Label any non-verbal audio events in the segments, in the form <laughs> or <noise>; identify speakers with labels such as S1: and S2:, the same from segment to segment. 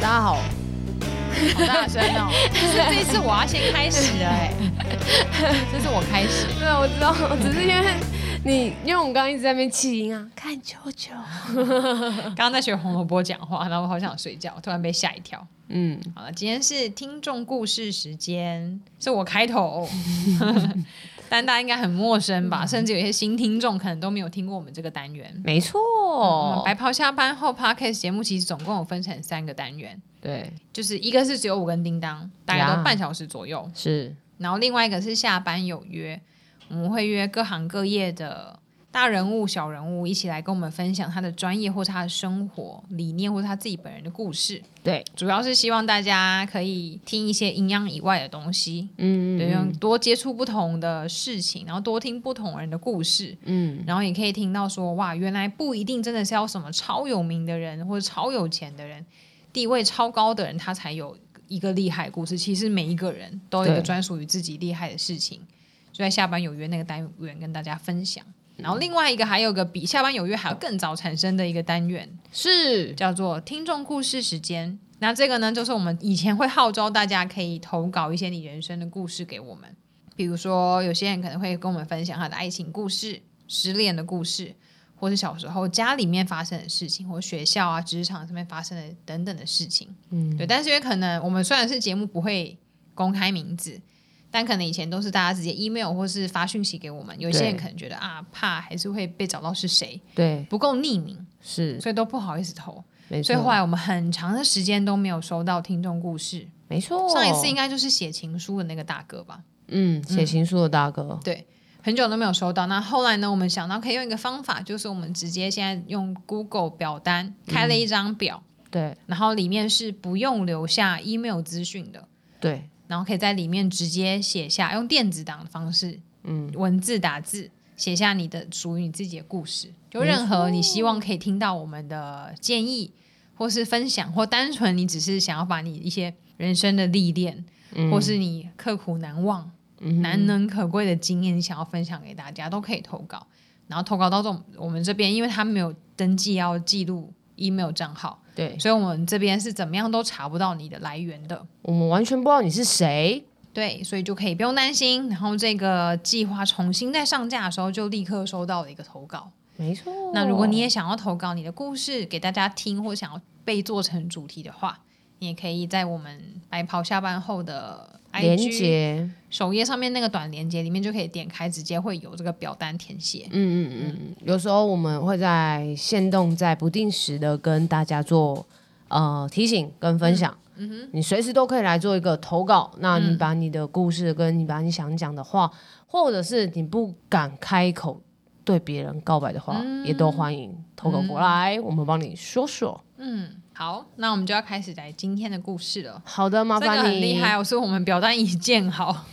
S1: 大家好，好大
S2: <laughs>
S1: 声哦、
S3: <laughs>
S2: 这一次我要先开始了 <laughs> 哎、这是我开始。
S3: 对啊，我知道， <laughs> 只是因为你，因为我们刚刚一直在那边气音啊，看球球，
S2: 刚刚在学红萝卜讲话，然后我好想睡觉，突然被吓一跳。
S3: 嗯，
S2: 好了，今天是听众故事时间，是我开头， <laughs> 但大家应该很陌生吧？甚至有一些新听众可能都没有听过我们这个单元。
S1: 没
S2: 嗯
S1: 错，
S2: 白袍下班后 podcast 节目其实总共有分成三个单元，
S1: 对，
S2: 就是一个是只有我跟叮当，大概
S1: 呀
S2: 都半小时左右，
S1: 是
S2: 然后另外一个是下班有约，我们会约各行各业的大人物、小人物一起来跟我们分享他的专业或他的生活理念，或他自己本人的故事。
S1: 对，
S2: 主要是希望大家可以听一些营养以外的东西，
S1: 嗯
S2: 对，用多接触不同的事情，然后多听不同人的故事，
S1: 嗯，
S2: 然后也可以听到说，哇，原来不一定真的是要什么超有名的人或者超有钱的人，地位超高的人，他才有一个厉害的故事。其实每一个人都有一个
S1: 对
S2: 专属于自己厉害的事情，就在下班有约那个单元跟大家分享。然
S1: 嗯
S2: 后另外一个还有个比下班有约还要更早产生的一个单元，
S1: 是
S2: 叫做听众故事时间。那这个呢，就是我们以前会号召大家可以投稿一些你人生的故事给我们，比如说有些人可能会跟我们分享他的爱情故事、失恋的故事，或是小时候家里面发生的事情，或学校啊、职场上面发生的等等的事情。嗯，对。但是因为可能我们虽然是节目不会公开名字。但可能以前都是大家直接 email 或是发讯息给我们，有些人
S1: 对
S2: 可能觉得啊怕还是会被找到是谁，
S1: 对，
S2: 不够匿名，
S1: 是
S2: 所以都不好意思投。
S1: 没
S2: 所以
S1: 错，
S2: 后啊来我们很长的时间都没有收到听众故事。
S1: 没错，
S2: 上一次应该就是写情书的那个大哥吧，
S1: 嗯，写情书的大哥，
S2: 很久都没有收到。那后来呢，我们想到可以用一个方法，就是我们直接现在用 Google 表单开
S1: 嗯
S2: 了一张表，
S1: 对
S2: 然后里面是不用留下 email 资讯的，
S1: 对，
S2: 然后可以在里面直接写下用电子档的方式，嗯，文字打字写下你的属于你自己的故事，就任何你希望可以听到我们的建议，或是分享，或单纯你只是想要把你一些人生的历练，或是你刻苦难忘、难能可贵的经验，你想要分享给大家，都可以投稿。然后投稿到这种我们这边，因为他没有登记要记录 email 账号，
S1: 对，
S2: 所以我们这边是怎么样都查不到你的来源的。
S1: 我们完全不知道你是谁，
S2: 对，所以就可以不用担心。然后这个计划重新在上架的时候，就立刻收到了一个投稿。
S1: 没错。
S2: 那如果
S1: 哦
S2: 你也想要投稿你的故事给大家听，或想要被做成主题的话，你也可以在我们白袍下班后的
S1: 连
S2: IG
S1: 接，
S2: 首页上面那个短连接里面就可以点开，直接会有这个表单填写。
S1: 嗯嗯嗯嗯，有时候我们会在限动在不定时的跟大家做呃提醒跟分享。
S2: 嗯
S1: 你随时都可以来做一个投稿，那你把你的故事跟你把你想讲的话，或者是你不敢开口对别人告白的话，也都欢迎投稿过来，我们帮你说说。
S2: 嗯，好，那我们就要开始来今天的故事了。
S1: 好的，麻
S2: 这个
S1: 烦
S2: 很
S1: 你。
S2: 厉害、哦，是我们表单已建
S1: <laughs>
S2: 好，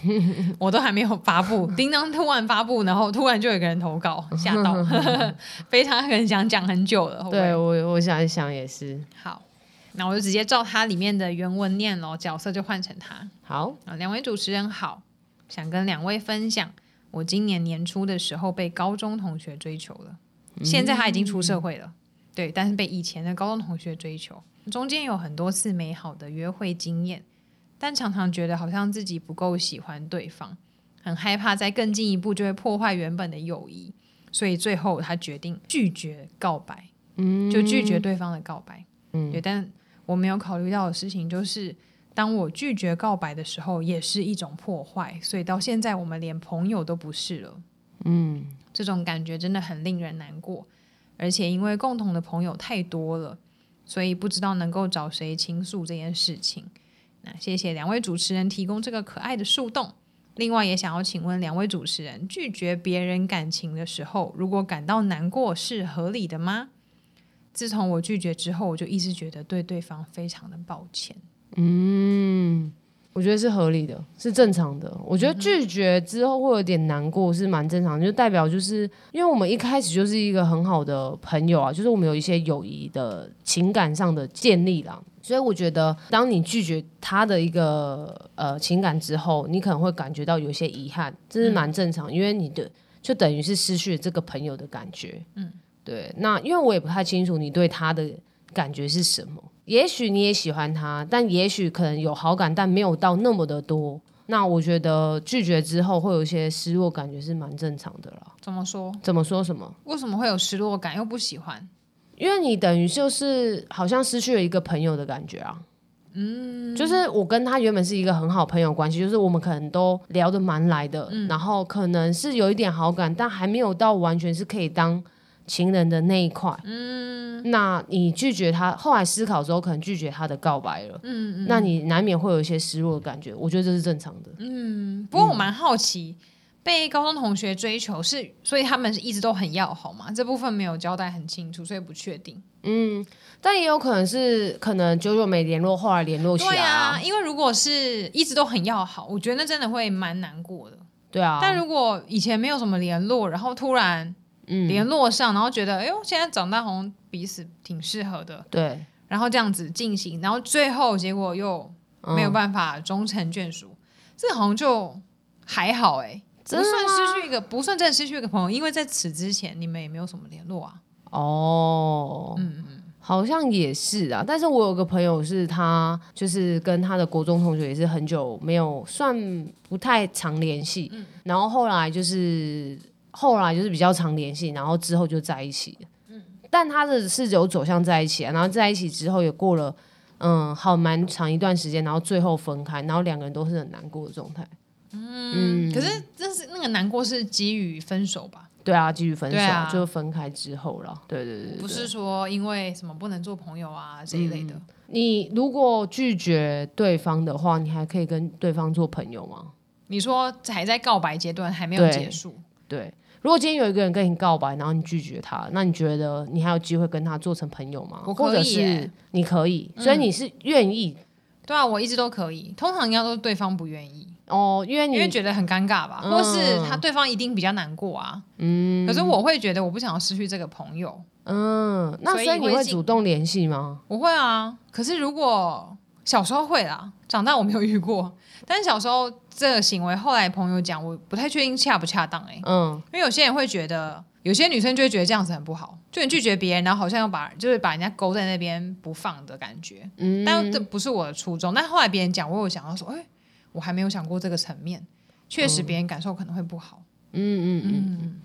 S2: 我都还没有发布，叮当突然发布，然后突然就有一个人投
S1: <laughs>
S2: 稿，吓到， <laughs> 非常很想讲很久了，会不会
S1: 对我，我想一想也是。
S2: 好，那我就直接照它里面的原文念咯，角色就换成他。
S1: 好，
S2: 啊，两位主持人好，想跟两位分享，我今年年初的时候被高中同学追求了，现在他已经出社会了，对，但是被以前的高中同学追求，中间有很多次美好的约会经验，但常常觉得好像自己不够喜欢对方，很害怕再更进一步就会破坏原本的友谊，所以最后他决定拒绝告白，嗯，就拒绝对方的告白，嗯，对，但我没有考虑到的事情就是。当我拒绝告白的时候，也是一种破坏，所以到现在我们连朋友都不是了。嗯，这种感觉真的很令人难过，而且因为共同的朋友太多了，所以不知道能够找谁倾诉这件事情。那谢谢两位主持人提供这个可爱的树洞。另外，也想要请问两位主持人，拒绝别人感情的时候，如果感到难过是合理的吗？自从我拒绝之后，我就一直觉得对对方非常的抱歉。
S1: 我觉得是合理的，是正常的。我觉得拒绝之后会有点难过，是蛮正常的，就代表就是因为我们一开始就是一个很好的朋友啊，就是我们有一些友谊的情感上的建立啦。所以我觉得，当你拒绝他的一个呃情感之后，你可能会感觉到有一些遗憾，这是蛮正常，因为你的就等于是失去了这个朋友的感觉。嗯，对。那因为我也不太清楚你对他的感觉是什么，也许你也喜欢他，但也许可能有好感，但没有到那么的多。那我觉得拒绝之后会有一些失落，感觉是蛮正常的啦。
S2: 怎么说？
S1: 怎么说什么？
S2: 为什么会有失落感？又不喜欢？
S1: 因为你等于就是好像失去了一个朋友的感觉啊。嗯，就是我跟他原本是一个很好朋友关系，就是我们可能都聊得蛮来的，然后可能是有一点好感，但还没有到完全是可以当情人的那一块。嗯，那你拒绝他，后来思考之后，可能拒绝他的告白了。嗯嗯，那你难免会有一些失落的感觉，我觉得这是正常的。
S2: 不过我蛮好奇，被高中同学追求是，所以他们是一直都很要好嘛？这部分没有交代很清楚，所以不确定。
S1: 但也有可能是可能久久没联络，后来联络起
S2: 对
S1: 来
S2: 啊，。因为如果是一直都很要好，我觉得那真的会蛮难过的。
S1: 对啊，
S2: 但如果以前没有什么联络，然后突然联络上，然后觉得哎呦，现在长大好像彼此挺适合的，
S1: 对，
S2: 然后这样子进行，然后最后结果又
S1: 嗯
S2: 没有办法终成眷属，这好像就还好哎、
S1: 真
S2: 不
S1: 的
S2: 算
S1: 吗
S2: 失去一个，不算真的失去一个朋友，因为在此之前你们也没有什么联络啊。
S1: 哦，嗯嗯，好像也是啊。但是我有个朋友是他，就是跟他的国中同学也是很久没有，算不太常联系。然后后来就是后来就是比较常联系，然后之后就在一起。但他的是有走向在一起啊，然后在一起之后也过了。嗯，好，蛮长一段时间，然后最后分开，然后两个人都是很难过的状态。
S2: 嗯，可是这是那个难过是基于分手吧，
S1: 对啊，继续分手，
S2: 对啊
S1: 就分开之后了。对对对对嗯
S2: 不是说因为什么不能做朋友啊这一类的。
S1: 你如果拒绝对方的话，你还可以跟对方做朋友吗？
S2: 你说还在告白阶段，还没有
S1: 对
S2: 结束，
S1: 对，如果今天有一个人跟你告白，然后你拒绝他，那你觉得你还有机会跟他做成朋友吗？
S2: 我可以
S1: 或者是
S2: 耶嗯
S1: 你可以，所以你是愿意、
S2: 对啊，我一直都可以。通常应该都是对方不愿意，
S1: 哦，因为
S2: 因
S1: 你
S2: 为觉得很尴尬吧，
S1: 嗯
S2: 或是他对方一定比较难过啊。嗯，可是我会觉得我不想要失去这个朋友，
S1: 嗯，那
S2: 所以
S1: 所以你
S2: 会
S1: 会
S2: 进
S1: 主动联系吗？
S2: 我会啊。可是如果小时候会啦，长大我没有遇过，但是小时候这个行为，后来朋友讲，我不太确定恰不恰当哎、
S1: 嗯，
S2: 因为有些人会觉得，有些女生就会觉得这样子很不好，就你拒绝别人，然后好像要把就是把人家勾在那边不放的感觉。嗯，但这不是我的初衷。但后来别人讲，我有想到说，哎、我还没有想过这个层面，确实别人感受可能会不好。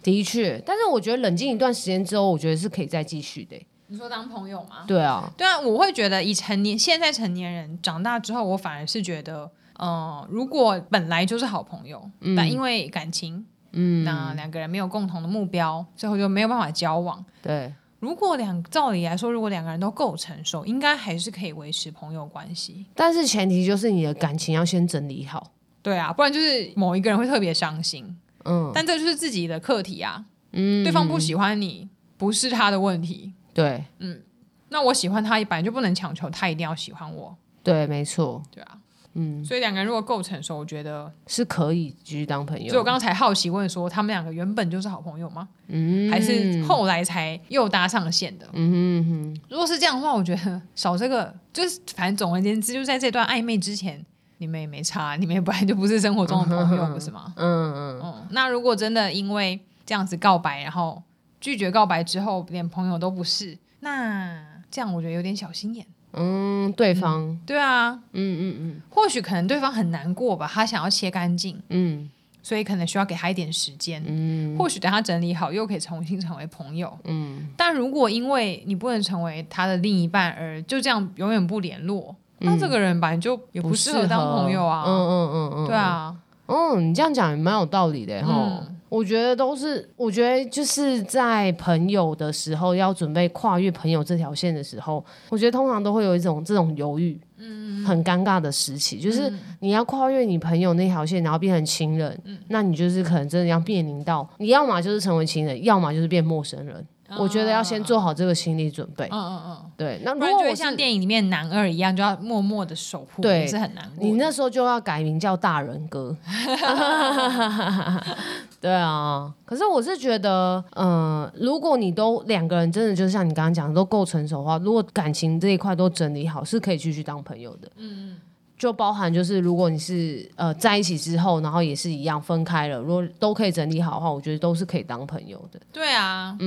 S1: 的确，但是我觉得冷静一段时间之后，我觉得是可以再继续的欸、
S2: 你说当朋友吗？
S1: 对啊，
S2: 对啊，我会觉得以成年现在成年人长大之后，我反而是觉得，嗯，如果本来就是好朋友，但因为感情，嗯，那两个人没有共同的目标，最后就没有办法交往。
S1: 对，
S2: 如果两照理来说，如果两个人都够成熟，应该还是可以维持朋友关系。
S1: 但是前提就是你的感情要先整理好。
S2: 对啊，不然就是某一个人会特别伤心。嗯，但这就是自己的课题啊。嗯，对方不喜欢你不是他的问题。
S1: 对
S2: 那我喜欢他，本来就不能强求他一定要喜欢我。
S1: 对，没错，
S2: 对啊，嗯，所以两个人如果够成熟，我觉得。
S1: 是可以继续当朋友的。
S2: 所以我刚才好奇问说，他们两个原本就是好朋友吗？嗯，还是后来才又搭上线的？嗯哼如果是这样的话，我觉得少这个，就是反正总而言之，就是在这段暧昧之前，你们也没差，你们也本来就不是生活中的朋友，不是吗？嗯嗯嗯。那如果真的因为这样子告白，然后拒绝告白之后，连朋友都不是，那这样我觉得有点小心眼。
S1: 嗯，对方、
S2: 对啊，嗯嗯嗯，或许可能对方很难过吧，他想要切干净，
S1: 嗯，
S2: 所以可能需要给他一点时间，嗯，或许等他整理好，又可以重新成为朋友，嗯。但如果因为你不能成为他的另一半而就这样永远不联络，那这个人本来就也不适合当朋友啊，
S1: 嗯嗯嗯嗯，
S2: 对啊，嗯
S1: 嗯，你这样讲也蛮有道理的哈。我觉得都是，我觉得就是在朋友的时候，要准备跨越朋友这条线的时候，我觉得通常都会有一种这种犹豫，嗯，很尴尬的时期，就是
S2: 嗯
S1: 你要跨越你朋友那条线，然后变成情人，那你就是可能真的要面临到，你要么就是成为情人，要么就是变陌生人。
S2: 啊
S1: 我觉得要先做好这个心理准备。
S2: 嗯嗯
S1: 对，那
S2: 嗯，
S1: 如
S2: 不
S1: 果
S2: 然就
S1: 我
S2: 会
S1: 是
S2: 像电影里面男二一样，就要默默的守护，
S1: 对
S2: 也是很难过的。
S1: 你那时候就要改名叫大人 <laughs> 哥。对啊，可是我是觉得，呃，如果你都两个人真的就像你刚刚讲的都够成熟的话，如果感情这一块都整理好，是可以继续当朋友的。嗯嗯。就包含就是，如果你是呃在一起之后，然后也是一样分开了，如果都可以整理好的话，我觉得都是可以当朋友的。
S2: 对啊，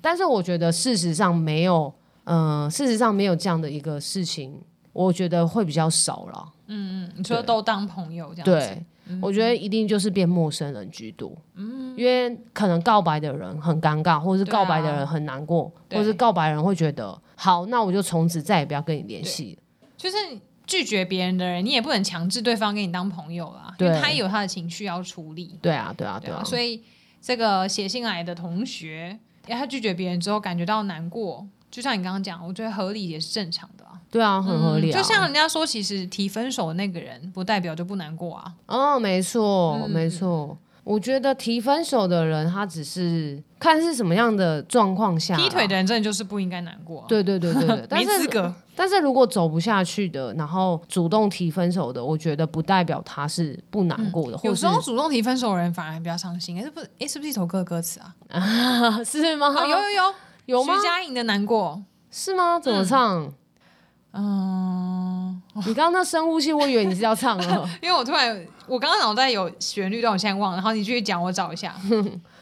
S1: 但是我觉得事实上没有呃，事实上没有这样的一个事情，我觉得会比较少了。
S2: 嗯，你说
S1: 对
S2: 都当朋友这样子，
S1: 对，我觉得一定就是变陌生人居多，
S2: 嗯
S1: 因为可能告白的人很尴尬，或者是
S2: 对
S1: 告白的
S2: 啊
S1: 人很难过，
S2: 对
S1: 或是告白人会觉得好，那我就从此再也不要跟你联系了。
S2: 就是拒绝别人的人，你也不能强制对方跟你当朋友啦，因为
S1: 对
S2: 他也有他的情绪要处理，
S1: 对啊，对啊，
S2: 对
S1: 对
S2: 啊，
S1: 啊，
S2: 所以这个写信来的同学，哎，他拒绝别人之后感觉到难过，就像你刚刚讲，我觉得合理也是正常的啊，
S1: 对啊，很合理啊。
S2: 就像人家说，其实提分手的那个人不代表就不难过啊，
S1: 哦，没错，没
S2: 嗯
S1: 错。我觉得提分手的人，他只是看是什么样的状况下啦
S2: 劈腿的人真的就是不应该难过、啊，，
S1: 啊对对对对
S2: <laughs>
S1: 对，但
S2: 没资
S1: 是
S2: 格，
S1: 但是如果走不下去的，然后主动提分手的，我觉得不代表他是不难过的，或
S2: 嗯有
S1: 者
S2: 时候主动提分手的人反而比较伤心，哎，是不是？哎，是不是一首歌的歌词啊？
S1: 是 <laughs> 吗？
S2: 哦，有有有，
S1: 啊有吗
S2: 徐？佳莹的难过，
S1: 是吗？怎么唱？
S2: 嗯，
S1: 你刚刚那深呼吸，我以为你是要唱
S2: <laughs>
S1: 了。
S2: 因为我突然我刚刚脑袋有旋律，但我现在忘了，然后你继续讲，我找一下。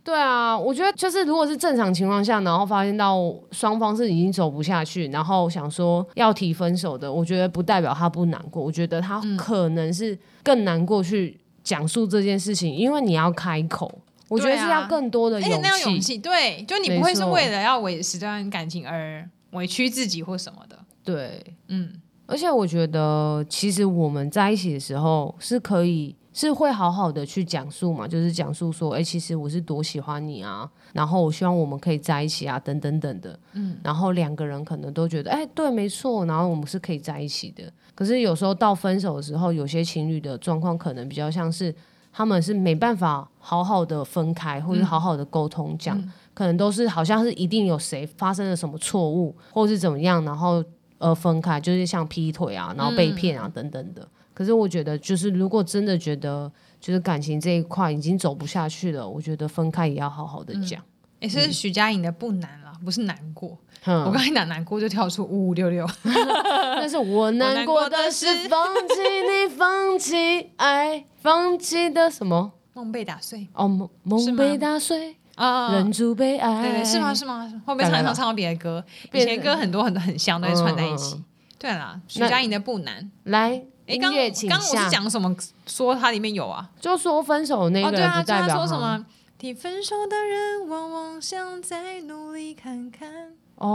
S1: 对啊，我觉得就是如果是正常情况下，然后发现到双方是已经走不下去，然后想说要提分手的，我觉得不代表他不难过，我觉得
S2: 嗯
S1: 他可能是更难过去讲述这件事情，因为你要开口，我觉得是
S2: 对啊
S1: 要更多的
S2: 而且那样勇
S1: 勇气。
S2: 气，对，就你
S1: 没
S2: 不会是
S1: 错
S2: 为了要维持这段感情而委屈自己或什么的。
S1: 对，
S2: 嗯，
S1: 而且我觉得，其实我们在一起的时候是可以，是会好好的去讲述嘛，就是讲述说，哎、其实我是多喜欢你啊，然后我希望我们可以在一起啊，等等等的。嗯，然后两个人可能都觉得，哎、对，没错，然后我们是可以在一起的。可是有时候到分手的时候，有些情侣的状况可能比较像是。他们是没办法好好的分开，或者好好的沟通讲，可能都是好像是一定有谁发生了什么错误，或是怎么样，然后呃分开，就是像劈腿啊，然后被骗啊、
S2: 嗯
S1: 等等的。可是我觉得，就是如果真的觉得就是感情这一块已经走不下去了，我觉得分开也要好好的
S2: 嗯
S1: 讲。
S2: 也
S1: 嗯
S2: 是徐佳莹的不难啦，不是难过。我
S1: 哼，
S2: 刚一打难过就跳出五五六
S1: <laughs>
S2: 六，
S1: 但是我难过的是放弃你，放弃爱，放弃的什么？
S2: 梦被打碎
S1: 哦，梦
S2: 是
S1: 梦
S2: 吗
S1: 被打碎，
S2: 啊。
S1: 忍住悲哀。
S2: 对对，是吗？是吗？后面
S1: 改
S2: 常
S1: 哎了
S2: 常唱到别的歌，以
S1: 变嗯
S2: 前歌很多很多很像，都会串在一起。对啦，徐
S1: 那
S2: 佳莹的不难。
S1: 来，
S2: 哎，
S1: 音
S2: 刚
S1: 乐请
S2: 刚我
S1: 下
S2: 是。讲什么？说它里面有啊？
S1: 就说分手那
S2: 哦，
S1: 个
S2: 对
S1: 人
S2: 啊，
S1: 不
S2: 就
S1: 代
S2: 他
S1: 表
S2: 说什
S1: 他
S2: 么？提分手的人往往想再努力看看，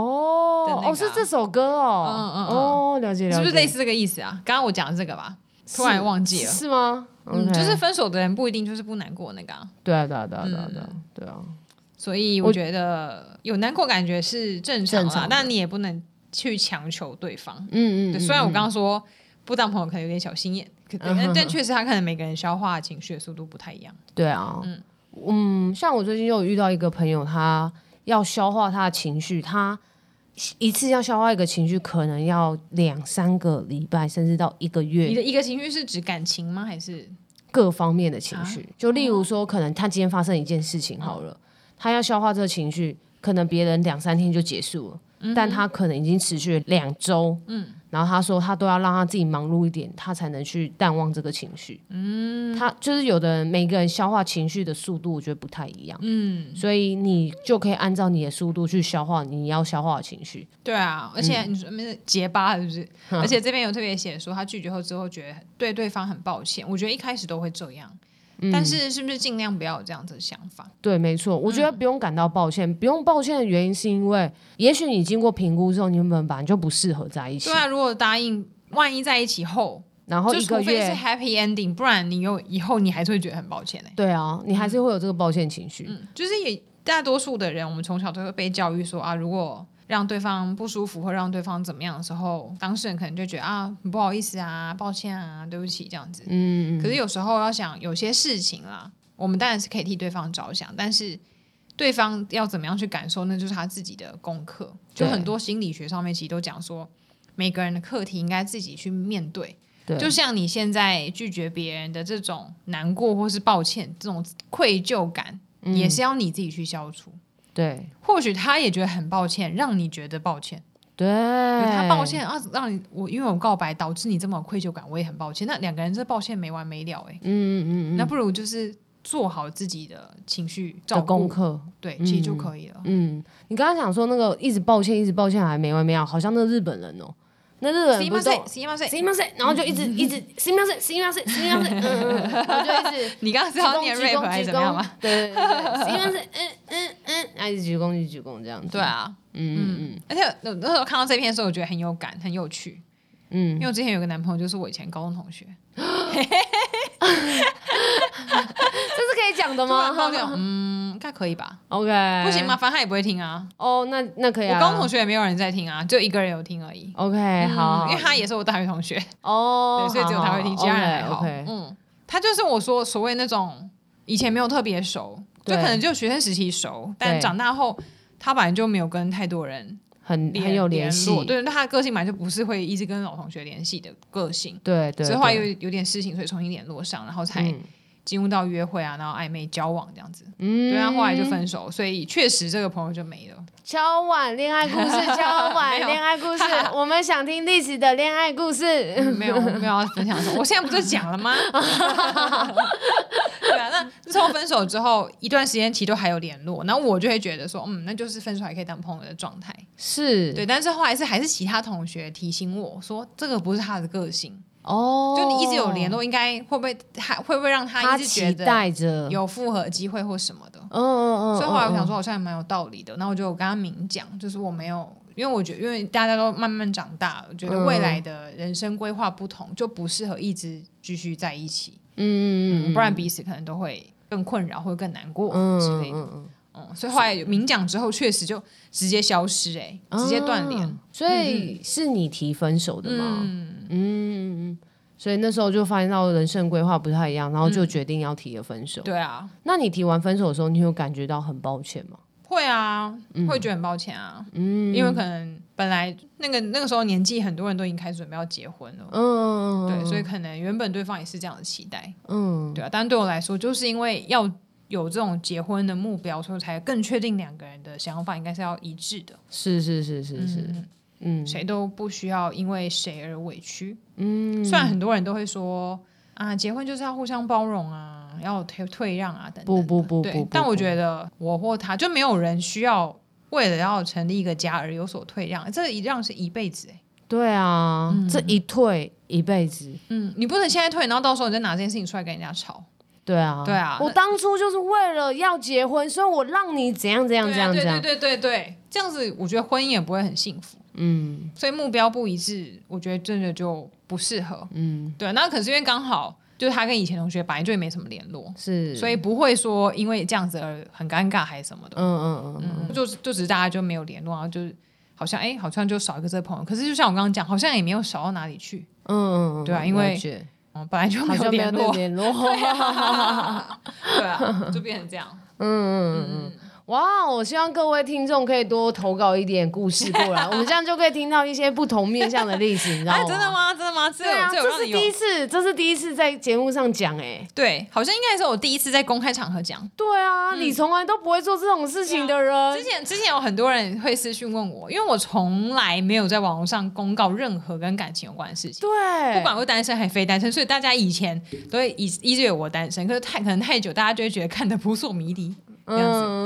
S2: 的
S1: 哦
S2: 那个啊
S1: 哦，是这首歌哦，
S2: 嗯嗯嗯
S1: 哦，了解了解，
S2: 是不是类似这个意思啊？刚刚我讲的这个吧，
S1: 是？
S2: 突然忘记了。
S1: 是吗？
S2: 嗯，
S1: OK
S2: 就是分手的人不一定就是不难过那个、啊，
S1: 对啊对啊对啊对啊对啊对啊，
S2: 所以我觉得有难过感觉是正常
S1: 正
S2: 啦，
S1: 常的
S2: 但你也不能去强求对方。
S1: 嗯嗯
S2: 对，
S1: 嗯，
S2: 虽然我
S1: 嗯
S2: 刚刚说不当朋友可能有点小心眼，
S1: <laughs>
S2: 可
S1: 嗯哼
S2: 但但确实他可能每个人消化情绪的速度不太一样。
S1: 对啊，
S2: 嗯
S1: 嗯像我最近又有遇到一个朋友，他要消化他的情绪，他一次要消化一个情绪，可能要两三个礼拜，甚至到一个月，
S2: 你的一个情绪是指感情吗？还是
S1: 各方面的情绪。就例如说，可能他今天发生一件事情好了，他要消化这个情绪，可能别人两三天就结束了，但他可能已经持续了两周。嗯，然后他说他都要让他自己忙碌一点，他才能去淡忘这个情绪。嗯，他就是有的人每个人消化情绪的速度，我觉得不太一样。
S2: 嗯，
S1: 所以你就可以按照你的速度去消化你要消化的情绪。
S2: 对啊，而
S1: 嗯
S2: 且你说那是结巴是不是？而且这边有特别写说他拒绝后之后觉得对对方很抱歉，我觉得一开始都会这样，
S1: 嗯
S2: 但是是不是尽量不要有这样子的想法？
S1: 对，没错，我觉
S2: 嗯
S1: 得不用感到抱歉，不用抱歉的原因是因为，也许你经过评估之后，你们本来就不适合在一起
S2: 对。啊，如果答应，万一在一起后，
S1: 然后
S2: 就
S1: 一
S2: 除
S1: 个
S2: 非是
S1: 月，
S2: happy ending，不然你有以后你还是会觉得很抱歉呢、
S1: 对啊，你还是会有这个抱歉情绪。
S2: 嗯，就是也大多数的人，我们从小都会被教育说啊，如果让对方不舒服或让对方怎么样的时候，当事人可能就觉得啊，很不好意思啊，抱歉啊，对不起这样子。
S1: 嗯，
S2: 可是有时候要想，有些事情啦，我们当然是可以替对方着想，但是对方要怎么样去感受，那就是他自己的功课。就
S1: 对
S2: 很多心理学上面其实都讲说，每个人的课题应该自己去面对。
S1: 对，
S2: 就像你现在拒绝别人的这种难过或是抱歉，这种愧疚感，
S1: 嗯
S2: 也是要你自己去消除。
S1: 对
S2: 或许他也觉得很抱歉，让你觉得抱歉，
S1: 对，
S2: 他抱歉啊，让你我因为我告白导致你这么有愧疚感，我也很抱歉。那两个人这抱歉没完没了哎、
S1: 嗯，嗯嗯嗯，
S2: 那不如就是做好自己的情绪照
S1: 的
S2: 顾
S1: 功，课。
S2: 对，其实就可以了。
S1: 嗯，你刚刚讲说那个一直抱歉，一直抱歉还没完没了，好像那个日本人哦、那日本人不是都
S2: 十一万岁，
S1: s i m a s 然后就一直一直 s i m a s s i m a s s i m a s 嗯嗯，嗯然后就一直
S2: 你刚刚是
S1: 鞠
S2: 要
S1: 躬
S2: 念
S1: 鞠
S2: rap 还
S1: 躬
S2: 是
S1: 鞠
S2: 怎么样
S1: 躬
S2: 吗？，
S1: 对对对 s i m a s 嗯嗯嗯，然后一直鞠躬鞠躬这样子。
S2: 对，啊，
S1: 嗯嗯
S2: 而且我那时候看到这篇的时候，我觉得很有感，很有趣。因
S1: 嗯
S2: 为我之前有个男朋友，就是我以前高中同学，
S1: 嗯，这是可以讲的
S2: 突然
S1: 吗
S2: 抱怨，嗯，应该可以吧？
S1: <laughs> ？OK，
S2: 不行吗？？反正他也不会听啊。
S1: 哦，那那可以啊。
S2: 我高中同学也没有人在听啊，只有一个人有听而已。
S1: OK，好好，
S2: 因为他也是我大学同学，
S1: 哦
S2: 对，，所以只有他会听，其他人还好。
S1: OK，
S2: 嗯，他就是我说所谓那种以前没有特别熟，就
S1: 对
S2: 可能就学生时期熟，但
S1: 对
S2: 长大后他本来就没有跟太多人
S1: 很
S2: 联
S1: 很有联
S2: 联
S1: 系
S2: 络，，对，那他的个性本来就不是会一直跟老同学联系的个性，
S1: 对对，
S2: 所以后来有
S1: 对
S2: 有点事情，所以重新联络上，然后才
S1: 嗯
S2: 进入到约会啊，然后暧昧交往这样子。
S1: 嗯
S2: 对啊，后来就分手，所以确实这个朋友就没了。
S1: 敲碗恋爱
S2: <laughs>
S1: 故事，敲碗
S2: 没有
S1: 恋
S2: <laughs>
S1: 爱故事，我们想听历史的恋爱故事。
S2: 没有没有要分享什么，我现在不就讲了吗？对啊，那自从分手之后一段时间，其实都还有联络，然后我就会觉得说，嗯，那就是分手还可以当朋友的状态。
S1: <laughs> 是，
S2: 对，但是后来是还是其他同学提醒我说，这个不是他的个性，
S1: 哦，
S2: 就你一直有联，络，应该会不会还会不会让
S1: 他
S2: 他一直觉
S1: 期
S2: 得
S1: 待着，
S2: 有复合机会或什么的？
S1: 嗯嗯嗯，
S2: 所以后来我
S1: 嗯
S2: 想说，，好像也蛮有道理的。那我就跟他明讲，就是我没有，因为我觉得，因为大家都慢慢长大，我觉得
S1: 嗯
S2: 未来的人生规划不同，就不适合一直继续在一起，
S1: 嗯嗯嗯，
S2: 不然彼此可能都会更困扰，或者更难过
S1: 嗯
S2: 之类的。
S1: 嗯嗯
S2: 嗯所以后来明讲之后，确实就直接消失、欸，哎，直接断联。
S1: 嗯所以是你提分手的吗？
S2: 嗯，
S1: 嗯嗯嗯，所以那时候就发现到人生规划不太一样，然后就决定要提了分手。
S2: 嗯对啊，
S1: 那你提完分手的时候，你有感觉到很抱歉吗？
S2: 会啊，会觉得很抱歉啊，嗯，因为可能本来那个那个时候年纪，很多人都已经开始准备要结婚了，
S1: 嗯，嗯
S2: 对，所以可能原本对方也是这样的期待，
S1: 嗯
S2: 对啊，但对我来说，就是因为要有这种结婚的目标，所以我才更确定两个人的想法应该是要一致的，
S1: 是是是是是，嗯
S2: 谁都不需要因为谁而委屈。嗯，虽然很多人都会说啊，结婚就是要互相包容啊，要退退让啊等等
S1: 不
S2: 的。
S1: 不不不
S2: 对
S1: 不，
S2: 但我
S1: 不
S2: 觉得我或他就没有人需要为了要成立一个家而有所退让，这一让是一辈子、欸、
S1: 对啊，这一退一辈子，
S2: 嗯，你不能现在退，然后到时候你再拿这件事情出来跟人家吵。
S1: 对啊，
S2: 对啊
S1: 我
S2: 那
S1: 当初就是为了要结婚，所以我让你怎样怎样
S2: 对
S1: 怎
S2: 啊
S1: 样
S2: 对
S1: 怎样，
S2: 对对对对，这样子我觉得婚姻也不会很幸福。
S1: 嗯
S2: 所以目标不一致，我觉得真的就不适合。
S1: 嗯，
S2: 对，啊那可是因为刚好就是他跟以前同学本来就也没什么联络，
S1: 是，
S2: 所以不会说因为这样子而很尴尬还是什么的。
S1: 嗯嗯嗯
S2: 嗯，就就只是大家就没有联络，然后就是好像哎、好像就少一个这个朋友。可是就像我刚刚讲，好像也没有少到哪里去，
S1: 嗯嗯，嗯
S2: 对啊因
S1: 了
S2: 为
S1: 解
S2: 嗯，本来就
S1: 好
S2: 没有
S1: 像没有
S2: 联络，
S1: 联
S2: <laughs>
S1: 络，<laughs>
S2: 对啊，就变成这样。
S1: 嗯嗯嗯。哇！我希望各位听众可以多投稿一点故事过 <laughs> 来，我们这样就可以听到一些不同面向的例子，你知道
S2: 哎、
S1: 吗？
S2: 真的？吗？真的吗？这
S1: 啊对
S2: 有、有
S1: 啊，这
S2: 让
S1: 是
S2: 你有
S1: 第一次，这是第一次在节目上讲哎、
S2: 对，好像应该是我第一次在公开场合讲。
S1: 对啊，你从来都不会做这种事情的人
S2: 之，前之前有很多人会私讯问我，因为我从来没有在网络上公告任何跟感情有关的事情，
S1: 对，啊
S2: 不管我单身还非单身，所以大家以前都会以依据我单身，可是太可能太久，大家就会觉得看得扑朔迷
S1: <laughs>
S2: 离。
S1: 嗯
S2: 样子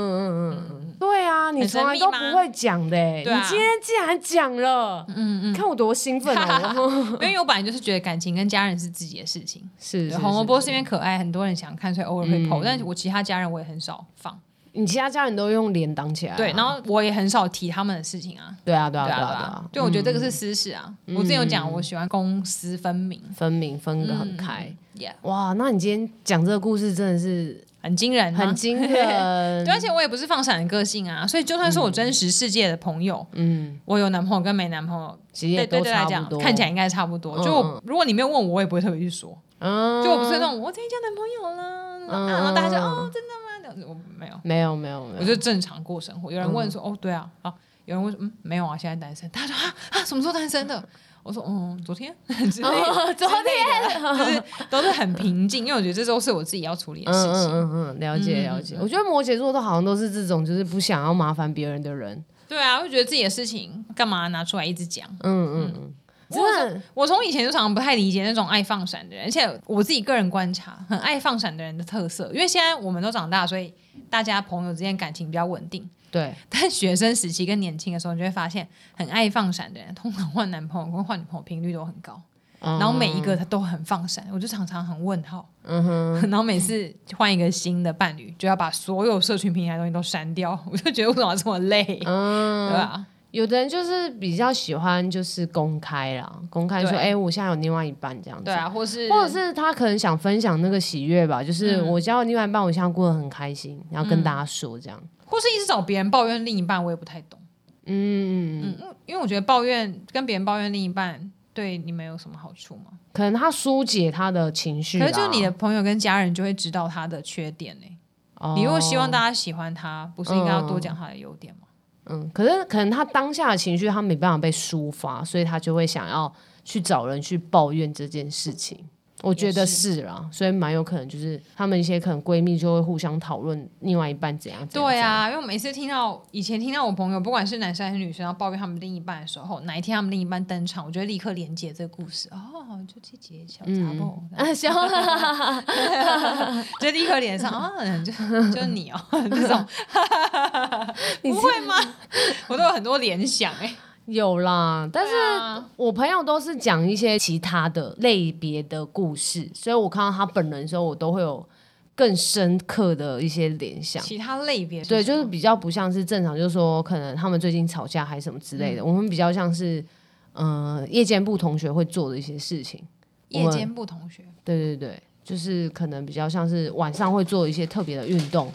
S1: 嗯嗯嗯嗯，对啊，你从来都不会讲的、欸，
S2: 对啊
S1: 你今天既然讲了，
S2: 嗯嗯，
S1: 看我多兴奋哦！
S2: <laughs> 因为我本来就是觉得感情跟家人是自己的事情。
S1: <laughs> 是
S2: 对
S1: 是
S2: 红萝卜是因
S1: 是嗯
S2: 为可爱，很多人想看，所以偶尔会 PO，、但是我其他家人我也很少放。
S1: 你其他家人都用脸挡起来啊、
S2: 对，然后我也很少提他们的事情啊。
S1: 对啊对啊
S2: 对
S1: 对
S2: 啊，对
S1: 啊对
S2: 啊
S1: 啊，，嗯
S2: 对，我觉得这个是私事啊。我之前有讲，我喜欢公私分明。嗯
S1: 分明分得很开。
S2: Yeah，
S1: 哇，那你今天讲这个故事真的是
S2: 很惊人、啊，
S1: 很
S2: <laughs>
S1: 惊人
S2: 对，，而且我也不是放闪的个性啊，所以就算是我真实世界的朋友，
S1: 嗯，
S2: 我有男朋友跟没男朋友，
S1: 其实
S2: 对
S1: 也
S2: 对
S1: 都
S2: 对来
S1: 差
S2: 讲
S1: 不，多，
S2: 看起来应该差不多。
S1: 嗯
S2: 就我
S1: 嗯
S2: 如果你没有问我，我也不会特别去说，
S1: 嗯，
S2: 就我不是那种我今天交男朋友了，
S1: 嗯
S2: 啊然后大家就哦真的吗？这样子我没有，
S1: 没有没有没
S2: 我 <laughs>
S1: 有，
S2: 就正常过生活。有人问
S1: 嗯
S2: 说哦对啊啊，有人问说嗯没有啊，现在单身。他说啊啊什么时候单身的？我说嗯昨天 <laughs> 哦之类的，
S1: 昨天
S2: 就是都是很平静，因为我觉得这都是我自己要处理的
S1: 嗯
S2: 事
S1: 嗯
S2: 情。
S1: 嗯嗯，了解了解。我觉得摩羯座都好像都是这种，就是不想要麻烦别人的人。
S2: 对啊，会觉得自己的事情干嘛拿出来一直讲？
S1: 嗯嗯嗯。真的
S2: 我从以前就常常不太理解那种爱放闪的人，而且我自己个人观察，很爱放闪的人的特色，因为现在我们都长大，所以大家朋友之间感情比较稳定。 <laughs>
S1: 对，
S2: 但学生时期跟年轻的时候，你就会发现，很爱放闪的人， <laughs> 通常换男朋友跟换女朋友频率都很高，
S1: 然
S2: 然后每一个他都很放闪，我就常常很问号。
S1: 嗯哼，
S2: <laughs> 然后每次换一个新的伴侣，就要把所有社群平台东西都删掉， <laughs> 我就觉得为什么要这么累，对
S1: 嗯，
S2: 吧？
S1: 有的人就是比较喜欢就是公开啦，公开说，
S2: 对
S1: 哎、我现在有另外一半这样子。
S2: 对啊，或是嗯
S1: 或者是他可能想分享那个喜悦吧，就是我交了另外一半，我现在过得很开心，然后跟大家说这样。
S2: 或是一直找别人抱怨另一半，我也不太懂。
S1: 嗯，
S2: 嗯，因为我觉得抱怨跟别人抱怨另一半对你们有什么好处吗？
S1: 可能他疏解他的情绪啦。
S2: 可是就你的朋友跟家人就会知道他的缺点呢、
S1: 哦，
S2: 你如果希望大家喜欢他，不是应该要多讲他的优点吗？
S1: 嗯，可是可能他当下的情绪他没办法被抒发，所以他就会想要去找人去抱怨这件事情。我觉得是啦，所以蛮有可能就是他们一些可能闺蜜就会互相讨论另外一半怎样怎样。
S2: 对，啊，因为我每次听到以前听到我朋友，不管是男生还是女生，要抱怨他们另一半的时候，哪一天他们另一半登场，我就会立刻连接这个故事。
S1: <laughs>
S2: 哦，就这节小杂包， <laughs>
S3: 啊，行，
S2: 就立刻连上啊，就就你哦，这
S1: <laughs>
S2: 种 <laughs> 不会吗？我都有很多联想哎、
S1: 有啦，但是
S2: 对啊
S1: 我朋友都是讲一些其他的类别的故事，所以我看到他本人的时候，我都会有更深刻的一些联想。
S2: 其他类别
S1: 对，
S2: 什
S1: 就
S2: 么
S1: 是比较不像是正常，就是说可能他们最近吵架还是什么之类的，我们比较像是呃夜间部同学会做的一些事情。
S2: 夜间部同学，
S1: 对对对，就是可能比较像是晚上会做一些特别的运
S2: <laughs>
S1: 动。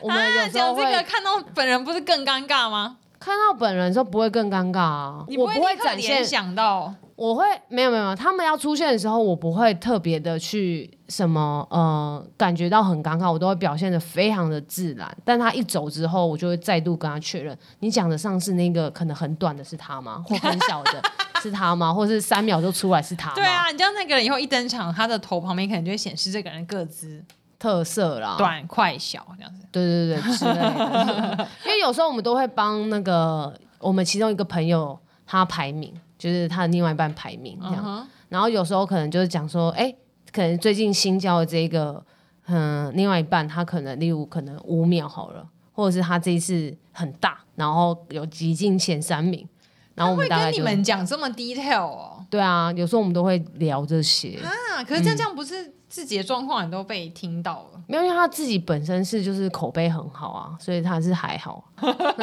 S1: 我们有时
S2: 啊讲
S1: 候会
S2: 这个看到本人不是更尴尬吗？
S1: 看到本人的时候不会更尴尬啊，
S2: 你
S1: 我
S2: 会
S1: 不
S2: 立
S1: 会
S2: 刻
S1: 展现
S2: 联想到
S1: 我会没有没有，没有，他们要出现的时候，我不会特别的去什么呃，感觉到很尴尬，我都会表现的非常的自然。但他一走之后，我就会再度跟他确认，你讲的上次那个可能很短的是他吗？或很小的是他吗？或是三秒就出来是他吗？
S2: <laughs> 对啊，你知道那个人以后一登场，他的头旁边可能就会显示这个人个子
S1: 特色啦，
S2: 短、快、小这样子。
S1: 对对对之类的。因为有时候我们都会帮那个我们其中一个朋友他排名，就是他的另外一半排名这样。
S2: 嗯
S1: 然后有时候可能就是讲说，哎、可能最近新交的这一个，嗯，另外一半他可能例如可能五秒好了，或者是他这一次很大，然后有挤进前三名，然后我们
S2: 会
S1: 大概
S2: 跟你
S1: 就
S2: 们讲这么 detail 哦
S1: 对啊，有时候我们都会聊这些，
S2: 啊！可是这样这
S1: 嗯
S2: 样不是自己的状况，你都被听到了。
S1: 没有因为他自己本身是就是口碑很好啊，所以他是还好。 <laughs>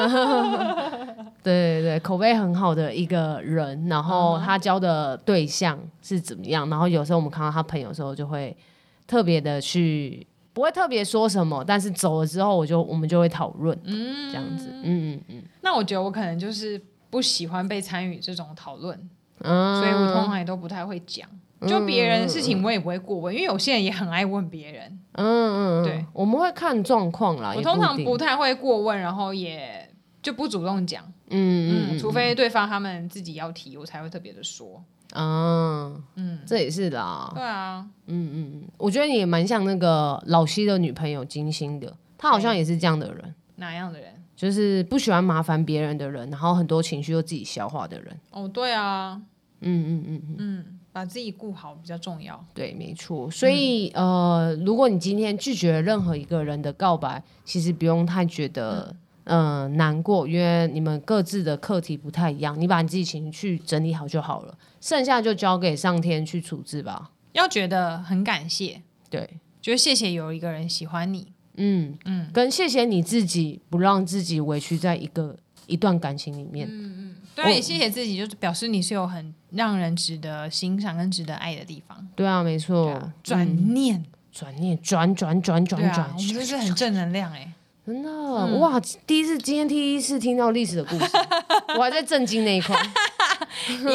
S1: 对对对，口碑很好的一个人，然后
S2: 嗯
S1: 他交的对象是怎么样？然后有时候我们看到他朋友的时候，就会特别的去，不会特别说什么，但是走了之后，我就我们就会讨论，这样子，嗯嗯
S2: 那我觉得我可能就是不喜欢被参与这种讨论，
S1: 嗯，
S2: 所以我通常也都不太会讲。就别人的事情我也不会过问，因为有些人也很爱问别人，
S1: 嗯嗯嗯，
S2: 对，
S1: 我们会看状况啦，
S2: 我
S1: 啊也
S2: 通
S1: 一
S2: 常
S1: 定
S2: 不，太会过问，然后也就不主动讲。
S1: 嗯嗯
S2: 嗯，除非对方他们自己要提，我才会特别的说。
S1: 啊，
S2: 嗯，
S1: 这也是啦，
S2: 对啊，
S1: 我觉得你也蛮像那个老西的女朋友金星的，她好像也是这样的人，
S2: 哪样的人？
S1: 就是不喜欢麻烦别人的人，然后很多情绪又自己消化的人。
S2: 哦，对啊，
S1: 嗯嗯嗯，
S2: 嗯，把自己顾好比较重要。
S1: 对，没错。所以、呃，如果你今天拒绝了任何一个人的告白，其实不用太觉得。嗯、难过，因为你们各自的课题不太一样，你把你自己情绪整理好就好了，剩下就交给上天去处置吧。
S2: 要觉得很感谢，
S1: 对，
S2: 觉得谢谢有一个人喜欢你。
S1: 嗯嗯，跟谢谢你自己，不让自己委屈在一个一段感情里面。
S2: 对啊，也谢谢自己，就是表示你是有很让人值得欣赏跟值得爱的地方。
S1: 对啊，没
S2: 对
S1: 错
S2: 啊，，转念，
S1: 转念转转转转
S2: 对
S1: 嗯转，
S2: 啊，我们这是很正能量
S1: <laughs>
S2: 哎。
S1: 真的、哇！第一次今天第一次听到历史的故事，我还在震惊那
S2: <laughs>
S1: 一块。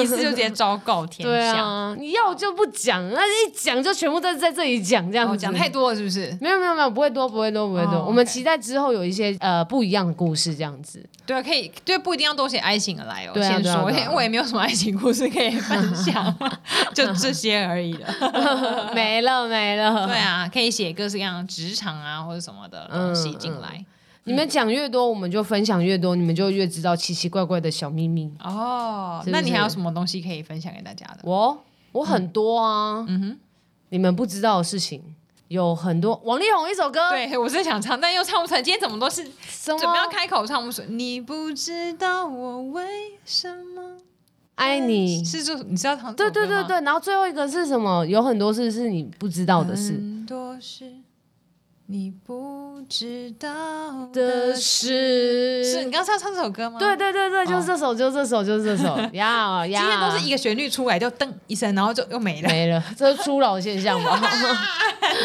S2: 意思就直接昭告天
S1: 对
S2: 下。
S1: 啊，你要就不讲，那一讲就全部都在这里讲，这样
S2: 我
S1: 子
S2: 哦讲太多了是不是？
S1: 没有没有没有，不会多不会多不会多。
S2: 哦
S1: 我们
S2: OK
S1: 期待之后有一些呃不一样的故事，这样子。 <laughs>
S2: 对啊，可以，对，不一定要多写爱情而来哦。
S1: 对啊
S2: 先
S1: 对啊
S2: 说，
S1: 对啊
S2: 因为我也没有什么爱情故事可以分享，
S1: <laughs>
S2: 就这些而已了。
S1: 没了没了，
S2: 啊
S1: 嗯
S2: 对啊，可以写各式各样的职场啊或者什么的东西进来。
S1: 你们讲越多，我们就分享越多，你们就越知道奇奇怪怪的小秘密。
S2: 哦，
S1: 嗯是不
S2: 那你还有
S1: 是
S2: 什么东西可以分享给大家的？
S1: 我我很多啊，
S2: 嗯哼，
S1: 你们不知道的事情有很多。王力宏一首歌，
S2: 对，我是想唱，但又唱不出来。今天怎么都是准
S1: 什么
S2: 备要开口唱不出来。你不知道我为什么
S1: 爱你？
S2: 是这，你知道唱
S1: 对对对对，然后最后一个是什么？有很多事是你不知道的事。
S2: 很多事你不知道
S1: 的
S2: 的事。
S1: 事
S2: 是你刚刚是要唱这首歌吗？
S1: 对对对对，就是这首，就是这首，就是这
S2: <laughs>
S1: 首，呀
S2: 今
S1: 呀，
S2: 天都是一个旋律出来就噔一声，然后就又没了。
S1: 没了，这是初老现象吧？
S2: <laughs>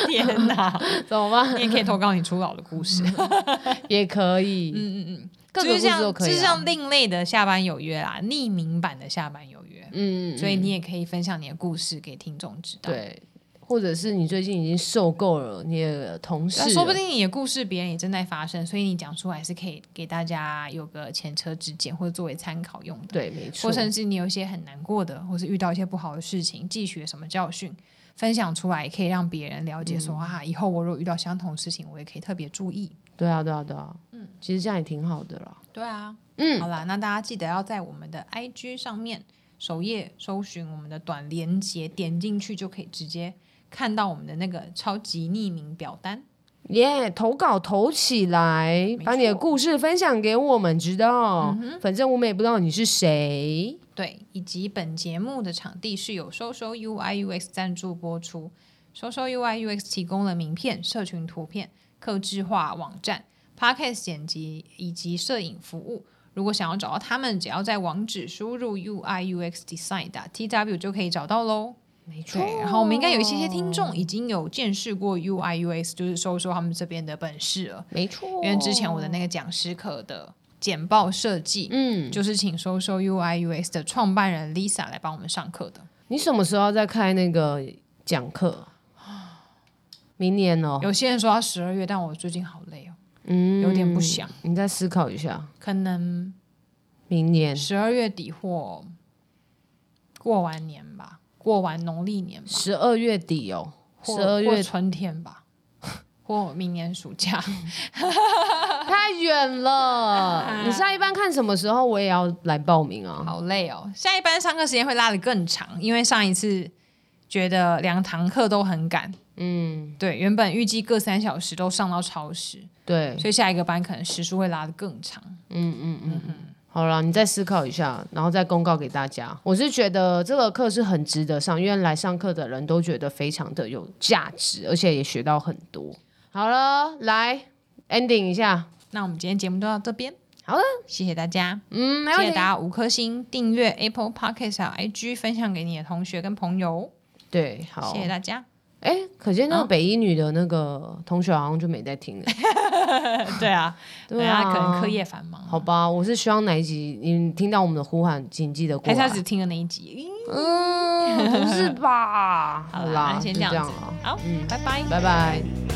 S2: 天哪！
S1: 怎么办？
S2: 你也可以投稿你初老的故事， <laughs>
S1: 也可以，嗯嗯嗯，各
S2: 就
S1: 个
S2: 是
S1: 故事都
S2: 像就
S1: 可以
S2: 是
S1: 啊，
S2: 像另类的下班有约啦，匿名版的下班有约，
S1: 嗯，嗯
S2: 所以你也可以分享你的故事给听众知道。，啊
S1: 对，或者是你最近已经受够了你的同事
S2: 那
S1: 了，
S2: 啊说不定你的故事别人也正在发生，所以你讲出来是可以给大家有个前车之鉴，或者作为参考用的。
S1: 对，没错
S2: 或，甚至你有一些很难过的，或是遇到一些不好的事情，汲取了什么教训，分享出来，可以让别人了解说、
S1: 嗯
S2: 啊，以后我如果遇到相同的事情，我也可以特别注意。
S1: 对啊，对啊，对啊，嗯，其实这样也挺好的啦。
S2: 对啊，
S1: 嗯
S2: 好啦，那大家记得要在我们的 IG 上面首页搜寻我们的短连接，点进去就可以直接看到我们的那个超级匿名表单。
S1: 耶哎投稿投起来
S2: 没，
S1: 把你的
S2: 错
S1: 故事分享给我们知道。反正我们也不知道你是谁，
S2: 对，以及本节目的场地是由收收 UI UX 赞助播出。收收 UI UX 提供了名片、社群图片、客制化网站、Podcast 剪辑以及摄影服务。如果想要找到他们，只要在网址输入 UI UX Design 打 TW 就可以找到喽。
S1: 没错
S2: 对，然后我们应该有一些些听
S1: 哦
S2: 众已经有见识过 UI UX，就是收收他们这边的本事了。
S1: 没错。
S2: 因为之前我的那个讲师课的简报设计，
S1: 嗯，
S2: 就是请收收 UI UX 的创办人 Lisa 来帮我们上课的。
S1: 你什么时候要再开那个讲课？ <gasps> 明年哦，
S2: 有些人说要十二月，但我最近好累哦，
S1: 嗯
S2: 有点不想，
S1: 你再思考一下，
S2: 可能
S1: 明年
S2: 十二月底或过完年吧，过完农历年吧，
S1: 十二月底哦，
S2: 或
S1: 十二
S2: 或
S1: 月
S2: 春天吧，或明年暑假。
S1: 太远 <laughs> 了。你下一班看什么时候，我也要来报名啊。
S2: 好累哦！下一班上课时间会拉得更长，因为上一次觉得两堂课都很赶，
S1: 嗯，
S2: 对，原本预计各三小时都上到超时，
S1: 对，
S2: 所以下一个班可能时数会拉得更长。
S1: 好了，你再思考一下，然后再公告给大家。我是觉得这个课是很值得上，因为来上课的人都觉得非常的有价值，而且也学到很多。好了，来 ending 一下。
S2: 那我们今天节目就到这边，
S1: 好的，
S2: 谢谢大家，
S1: 嗯，没
S2: 记
S1: 问
S2: 得
S1: 题
S2: 大。家五颗星订阅 Apple Podcast 还有 IG，分享给你的同学跟朋友，
S1: 对，好
S2: 谢。谢大家。 <laughs>
S1: 哎、可见那个
S2: 啊
S1: 北一女的那个同学好像就没在
S2: <laughs>
S1: 听了。
S2: 对啊，
S1: 对
S2: 大
S1: 啊，
S2: 家可能课业繁忙，
S1: 好吧，我是希望哪一集你听到我们的呼喊，请记得过
S2: 还是
S1: 来
S2: 他。只听了那一集。
S1: 嗯，不是吧？
S2: 好啦
S1: 啦，
S2: 那先
S1: 就
S2: <laughs> 这样
S1: 这样
S2: 子
S1: 了，
S2: 好，
S1: 嗯
S2: 拜拜，
S1: 拜拜。